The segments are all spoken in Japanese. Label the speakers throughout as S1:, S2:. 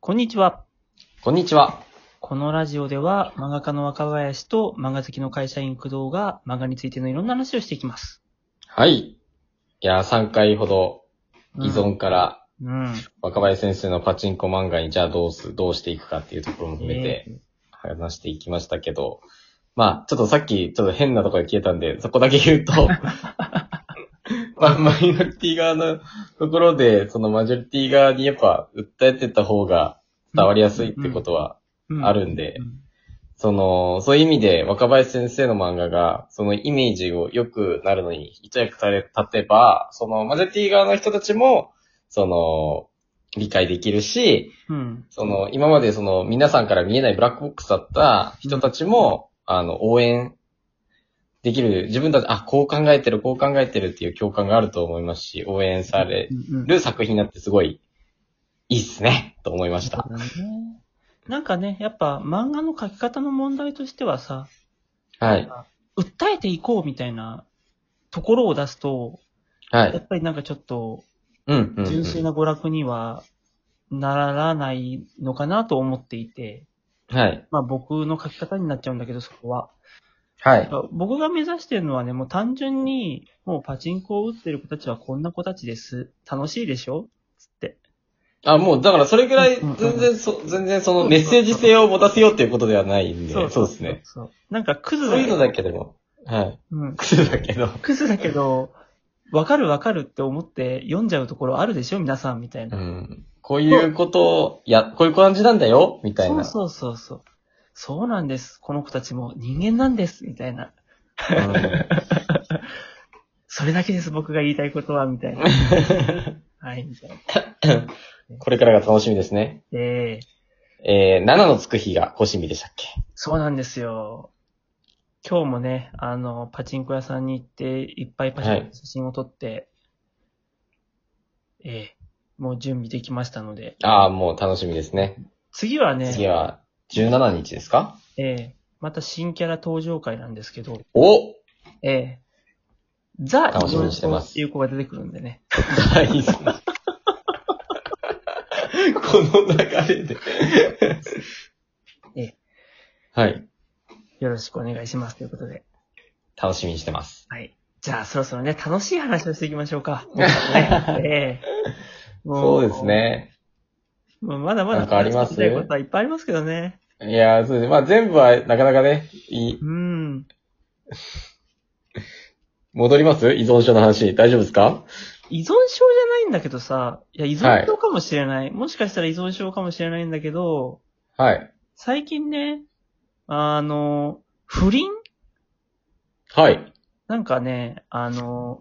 S1: こんにちは。
S2: こんにちは。
S1: このラジオでは、漫画家の若林と漫画好きの会社員工藤が漫画についてのいろんな話をしていきます。
S2: はい。いやー、3回ほど依存から
S1: うん。
S2: 若林先生のパチンコ漫画にじゃあどうす、どうしていくかっていうところも含めて話していきましたけど、まあ、ちょっとさっきちょっと変なところで消えたんで、そこだけ言う と、まあ、マイノリティ側のところで、そのマジョリティ側にやっぱ訴えてった方が伝わりやすいってことは
S1: うん
S2: あるんで
S1: う、ん
S2: その、そういう意味で若林先生の漫画が、そのイメージを良くなるのに一役立てば、そのマジョリティ側の人たちも、その、理解できるし、
S1: うん。
S2: その、今までその、皆さんから見えないブラックボックスだった人たちも、あの、応援できる、自分たち、あ、こう考えてる、こう考えてるっていう共感があると思いますし、応援され
S1: うんうん
S2: る作品になってすごい、いいっすね、と思いました。
S1: そうだねなんかね、やっぱ漫画の描き方の問題としてはさ、
S2: はい。
S1: 訴えていこうみたいなところを出すと、
S2: は
S1: や
S2: い。
S1: っぱりなんかちょっと
S2: うん、うんうん。
S1: 純粋な娯楽にはならないのかなと思っていて、
S2: はい。
S1: まあ僕の書き方になっちゃうんだけど、そこは。
S2: はい。
S1: 僕が目指してるのはね、もう単純に、もうパチンコを打ってる子たちはこんな子たちです。楽しいでしょつって。
S2: あ、もう、だからそれぐらい、
S1: うんうん
S2: 全然そ、全然そのメッセージ性を持たせようっていうことではないんで、そうですね。。
S1: そう。なんかクズ
S2: そう
S1: だ
S2: いう
S1: けど
S2: の、だけでも、はい。
S1: うん。
S2: クズだけど。
S1: クズだけど、わかるわかるって思って読んじゃうところあるでしょ皆さんみたいうな。
S2: ん。こういうことを、いや、こういう感じなんだよ、みたい
S1: そう
S2: な。
S1: そうそうそう。そうなんです。この子たちも人間なんです。みたいな。
S2: うん
S1: それだけです。僕が言いたいことは。みたいな。はい。みたいな。
S2: これからが楽しみですね。
S1: で、
S2: えー、7のつく日がしみでしたっけ
S1: そうなんですよ。今日もね、あの、パチンコ屋さんに行って、いっぱいパチンコの写真を撮って、ええもう準備できましたので、
S2: ああ、もう楽しみですね。
S1: 次はね、
S2: 次は、17日ですか
S1: ええまた新キャラ登場会なんですけど、
S2: お
S1: ええザ・
S2: 楽しみにしてます
S1: っていう子が出てくるんでね。
S2: 大好き。この流れで。
S1: ええ
S2: はい。
S1: よろしくお願いしますということで。
S2: 楽しみにしてます。
S1: はい。じゃあ、そろそろね、楽しい話をしていきましょう か。ええ
S2: そうです。ね。
S1: もうまだまだ
S2: なんかあります
S1: 話したいことはいっぱいありますけどね。
S2: いやー、そうですね。まあ全部はなかなかね、いい
S1: うん。
S2: 戻ります依存症の話。大丈夫ですか
S1: 依存症じゃないんだけどさ、いや、依存症かもしれない。もしかしたら依存症かもしれないんだけど、
S2: はい。
S1: 最近ね、あの、不倫
S2: はい。
S1: なんかね、あの、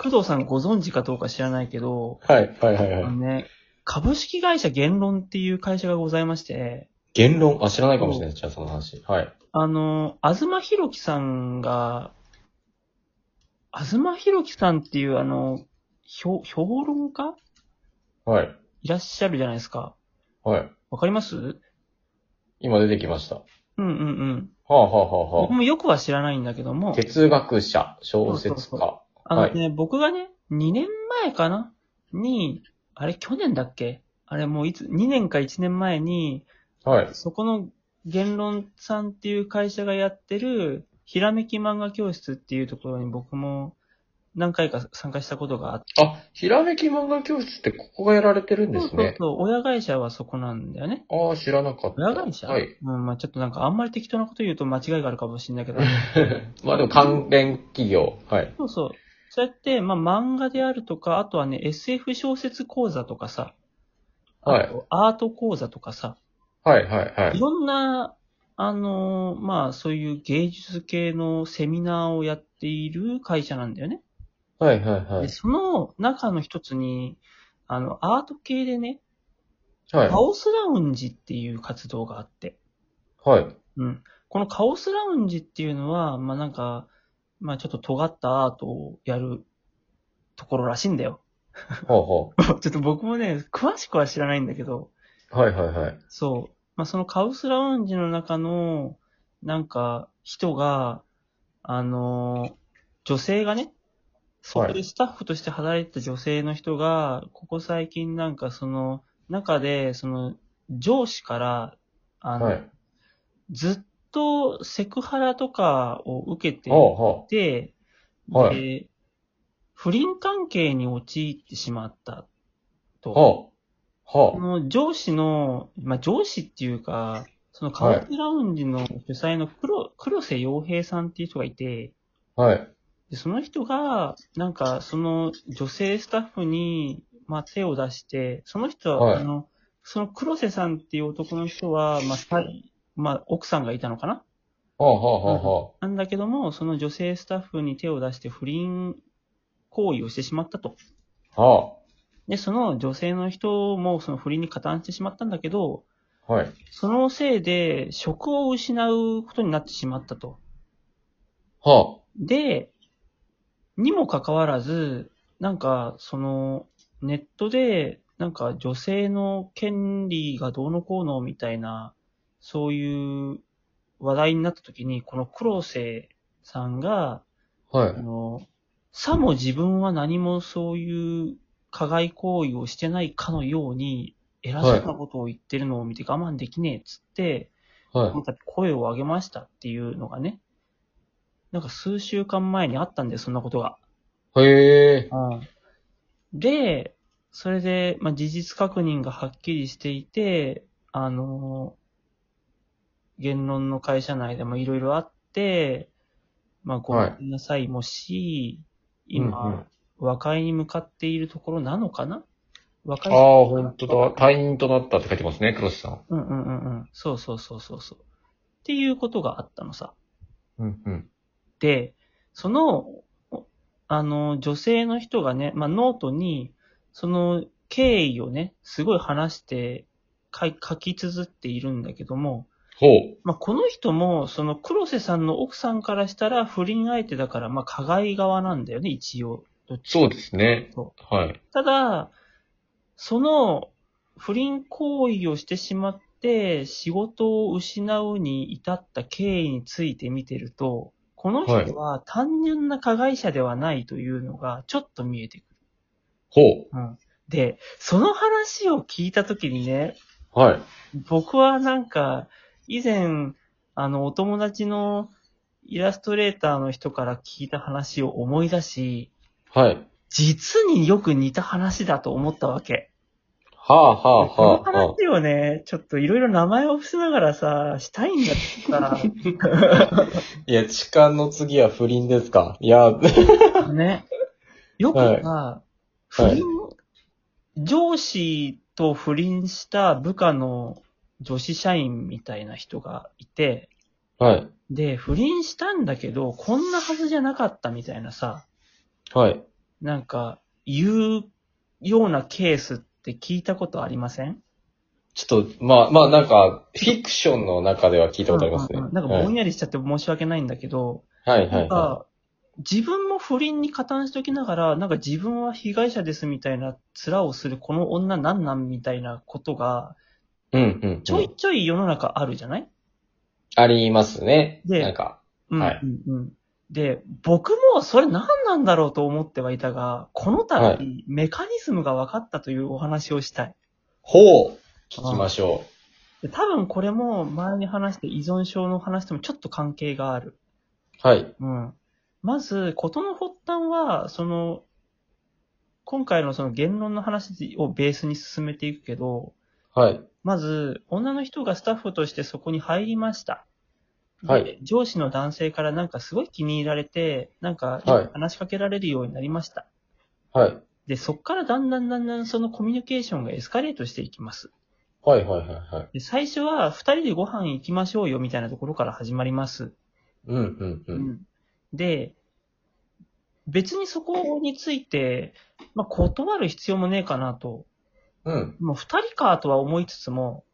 S1: 工藤さんご存知かどうか知らないけど、
S2: はい。はい。はい。
S1: あ
S2: は
S1: の
S2: い。
S1: ね、株式会社言論っていう会社がございまして、
S2: 言論あ、知らないかもしれない。じゃあその話。はい。
S1: あの、東博樹さんが、東博樹さんっていうあの、評評論家
S2: はい。
S1: いらっしゃるじゃないですか。
S2: はい。
S1: わかります
S2: 今出てきました。は
S1: うんうんうん。
S2: あ、はあはあ
S1: 僕
S2: は
S1: もよくは知らないんだけど
S2: あ、
S1: も、
S2: 哲学者、小
S1: そ
S2: 説
S1: うそう
S2: 家。
S1: あのね、僕がね、2年前かなに、あれ去年だっけあれもういつ、2年か1年前に、
S2: はい。
S1: そこの言論さんっていう会社がやってる、ひらめき漫画教室っていうところに僕も何回か参加したことがあって、
S2: あ、ひらめき漫画教室ってここがやられてるんで
S1: そ
S2: す
S1: うそう
S2: ね。
S1: そう、親会社はそこなんだよね。
S2: ああ、知らなかった。
S1: 親会社、
S2: はい。
S1: うん、まあちょっとなんかあんまり適当なこと言うと間違いがあるかもしれない けど、
S2: まあでも関連企業。はい。
S1: そうそう。そうやって、まあ、漫画であるとか、あとはね、SF 小説講座とかさ、
S2: はい
S1: あとアート講座とかさ、
S2: はい、はい、はいい。
S1: ろんな、あのーまあ、そういう芸術系のセミナーをやっている会社なんだよね。
S2: はい、はい、は
S1: で、
S2: い。
S1: その中の一つに、あの、アート系でね、
S2: はい。
S1: カオスラウンジっていう活動があって、
S2: はい。
S1: うん。このカオスラウンジっていうのは、まあ、なんか、まあ、ちょっと尖ったアートをやるところらしいんだよ。
S2: ほうほ
S1: ちょっと僕もね、詳しくは知らないんだけど、
S2: う。はい、はい、はい。
S1: そう。まあ、そのカウスラウンジの中の、なんか、人が、あのー女性がね、そこ
S2: は
S1: で
S2: い
S1: スタッフとして働いてた女性の人が、ここ最近なんかその、中で、その、上司から、あの、
S2: はい。
S1: ずっとセクハラとかを受けて
S2: ほうほ
S1: で、
S2: は
S1: で、不倫関係に陥ってしまった
S2: う。
S1: と。
S2: ほう。ほ。
S1: そうの上司の、まあ、上司っていうか、そのカウンテラウンジの主催の黒、黒瀬洋平さんっていう人がいて、
S2: はい。
S1: でその人が、なんか、その女性スタッフに、まあ、手を出して、その人は、
S2: はい
S1: あの、その黒瀬さんっていう男の人は、まあ、さまあ、奥さんがいたのかな
S2: ほうほうほうほ
S1: なんだけども、その女性スタッフに手を出して不倫行為をしてしまったと。
S2: う。ほ
S1: で、その女性の人もその不倫に加担してしまったんだけど、
S2: う。はい。
S1: そのせいで職を失うことになってしまったと。
S2: ほ
S1: で、にもかかわらず、なんか、その、ネットで、なんか女性の権利がどうのこうのみたいな、そういう話題になった時に、この黒瀬さんが、
S2: う。は
S1: あ
S2: い。
S1: の、さも自分は何もそういう加害行為をしてないかのように、偉そうなことを言ってるのを見て我慢できねえっつって、
S2: はい。
S1: なんか声を上げましたっていうのがね、なんか数週間前にあったんで、そんなことが。
S2: へえ。
S1: で、それで、まあ、事実確認がはっきりしていて、あの、言論の会社内でもいろいろあって、まあ、ごめんなさいもし、今、
S2: うんうん
S1: 和解に向かっているところなのかな和
S2: あ
S1: 解
S2: あ、ほんとだ。退院となったって書いてますね、黒瀬さん。
S1: うんうんうんうん。そうそうそうそうそう。っていうことがあったのさ。
S2: うんうん。
S1: で、その、おあの、女性の人がね、まあ、ノートに、その経緯をね、すごい話して書い書き綴っているんだけども、
S2: ほう。
S1: まあ、この人も、その黒瀬さんの奥さんからしたら不倫相手だから、まあ、加害側なんだよね、一応。どっち
S2: そうですね。
S1: そ
S2: はい。
S1: ただ、その不倫行為をしてしまって仕事を失うに至った経緯について見てると、この人は単純な加害者ではないというのがちょっと見えてくる。
S2: ほ
S1: で、その話を聞いたときにね、
S2: う。はい。
S1: 僕はなんか、以前、あの、お友達のイラストレーターの人から聞いた話を思い出し、
S2: はい。
S1: 実によく似た話だと思ったわけ。
S2: はあはあ
S1: この
S2: はあはあ。
S1: 話をね、ちょっといろいろ名前を伏せながらさ、したいんだってさ、
S2: いや、痴漢の次は不倫ですか。いや、
S1: ね。よくさ、不倫、上司と不倫した部下の女子社員みたいな人がいて、
S2: はい。
S1: で、不倫したんだけど、こんなはずじゃなかったみたいなさ、
S2: はい。
S1: なんか、言うようなケースって聞いたことありません
S2: ちょっと、まあ、まあなんか、フィクションの中では聞いたことあります
S1: うん
S2: ね。
S1: うんうんなんかぼんやりしちゃって申し訳ないんだけど、
S2: はいはいは
S1: ないんか、自分も不倫に加担しときながら、なんか自分は被害者ですみたいな面をするこの女なんなんみたいなことが、
S2: うんうん
S1: ち
S2: う
S1: ょ
S2: ん
S1: い。ちょい世の中あるじゃない
S2: ありますね。
S1: で
S2: なんか。
S1: うん、
S2: はい
S1: うんうん。で、僕もそれ何なんだろうと思ってはいたが、この
S2: は
S1: 度、メカニズムが分かったというお話をしたい。
S2: ほう聞きましょ
S1: で多分これも前に話して依存症の話ともちょっと関係がある。
S2: う。はい。
S1: うん。まず、ことの発端は、その、今回のその言論の話をベースに進めていくけど、
S2: はい。
S1: まず、女の人がスタッフとしてそこに入りました。で
S2: はい
S1: 上司の男性からなんかすごい気に入られて、なんか
S2: はい
S1: 話しかけられるようになりました。
S2: はい。
S1: で、そっからだんだんだんだんそのコミュニケーションがエスカレートしていきます。
S2: はいはいはいはい。
S1: で最初は二人でご飯行きましょうよみたいなところから始まります。
S2: うんうんうん。
S1: で、別にそこについて、まあ、断る必要もねえかなと。
S2: うん。
S1: もう二人かとは思いつつも、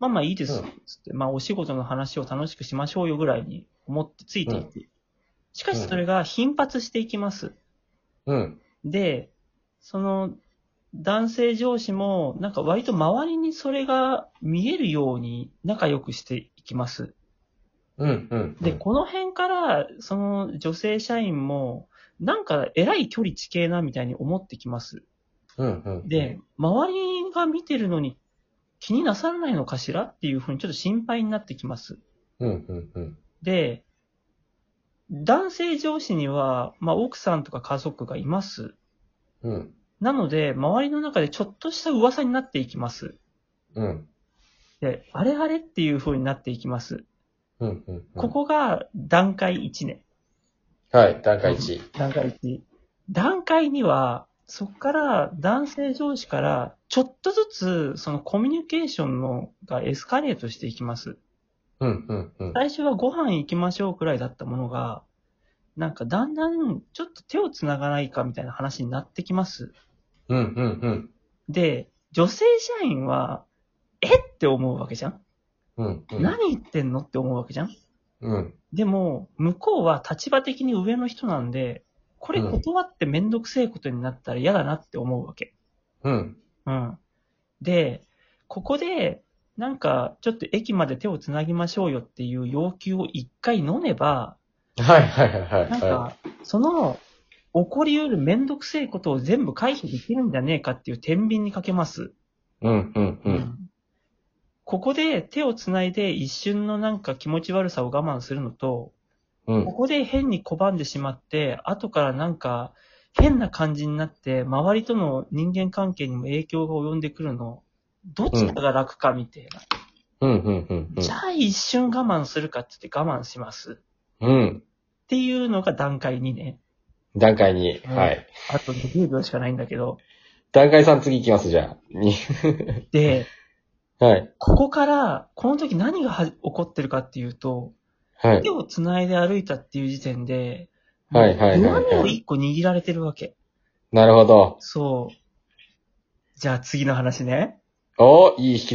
S1: まあまあいいです。
S2: うん
S1: つって、まあお仕事の話を楽しくしましょうよぐらいに思ってついていって。しかしそれが頻発していきます。
S2: うん。
S1: で、その、男性上司も、なんか割と周りにそれが見えるように仲良くしていきます。
S2: うんうん。
S1: で、この辺から、その女性社員も、なんか偉い距離地形なみたいに思ってきます。
S2: うんうん。
S1: で、周りが見てるのに、気になさらないのかしらっていうふうにちょっと心配になってきます。
S2: うん、うん、うん。
S1: で、男性上司には、まあ、奥さんとか家族がいます。
S2: うん、
S1: なので、周りの中でちょっとした噂になっていきます。
S2: うん、
S1: で、あれあれっていう風になっていきます。
S2: うん、うん。
S1: こ。こが段階1ね。
S2: はい、段階1。
S1: 段階1。段階2は、そこから男性上司から、ちょっとずつ、そのコミュニケーションのがエスカレートしていきます。
S2: うん、うん、うん。
S1: 最初はご飯行きましょうくらいだったものが、なんかだんだんちょっと手を繋がないかみたいな話になってきます。
S2: うん、うん、
S1: で、女性社員は、えって思うわけじゃん、
S2: うん。うん、うん。
S1: 何言ってんのって思うわけじゃん
S2: うん、
S1: でも、向こうは立場的に上の人なんで、これ断ってめんどくせえことになったら嫌だなって思うわけ。
S2: うん、
S1: うん。で、ここで、なんか、ちょっと駅まで手を繋ぎましょうよっていう要求を一回飲めば、
S2: はい、はい、はい、はい。
S1: なんか、その、起こり得るめんどくせえことを全部回避できるんじゃねえかっていう天秤にかけます。
S2: うん、うん、うん。
S1: ここで手を繋いで一瞬のなんか気持ち悪さを我慢するのと、
S2: うん
S1: こ、こで変に拒んでしまって、後からなんか変な感じになって、周りとの人間関係にも影響が及んでくるの、どっちかが楽かみたいな。
S2: うん、うん、うん、
S1: じゃあ一瞬我慢するかって言って我慢します。っ
S2: うん。うん。
S1: ていうのが段階2ね。
S2: 段階2。
S1: うん
S2: はい。
S1: あと20秒しかないんだけど。
S2: 段階3次行きます、じゃあ。に
S1: で、
S2: はい。
S1: ここから、この時何がは起こってるかっていうと、
S2: はい
S1: 手。を繋いで歩いたっていう時点で、
S2: はいはいはいはい
S1: 上目を一個握られてるわけ。
S2: なるほど。
S1: そう。じゃあ次の話ね。
S2: おーいい引きです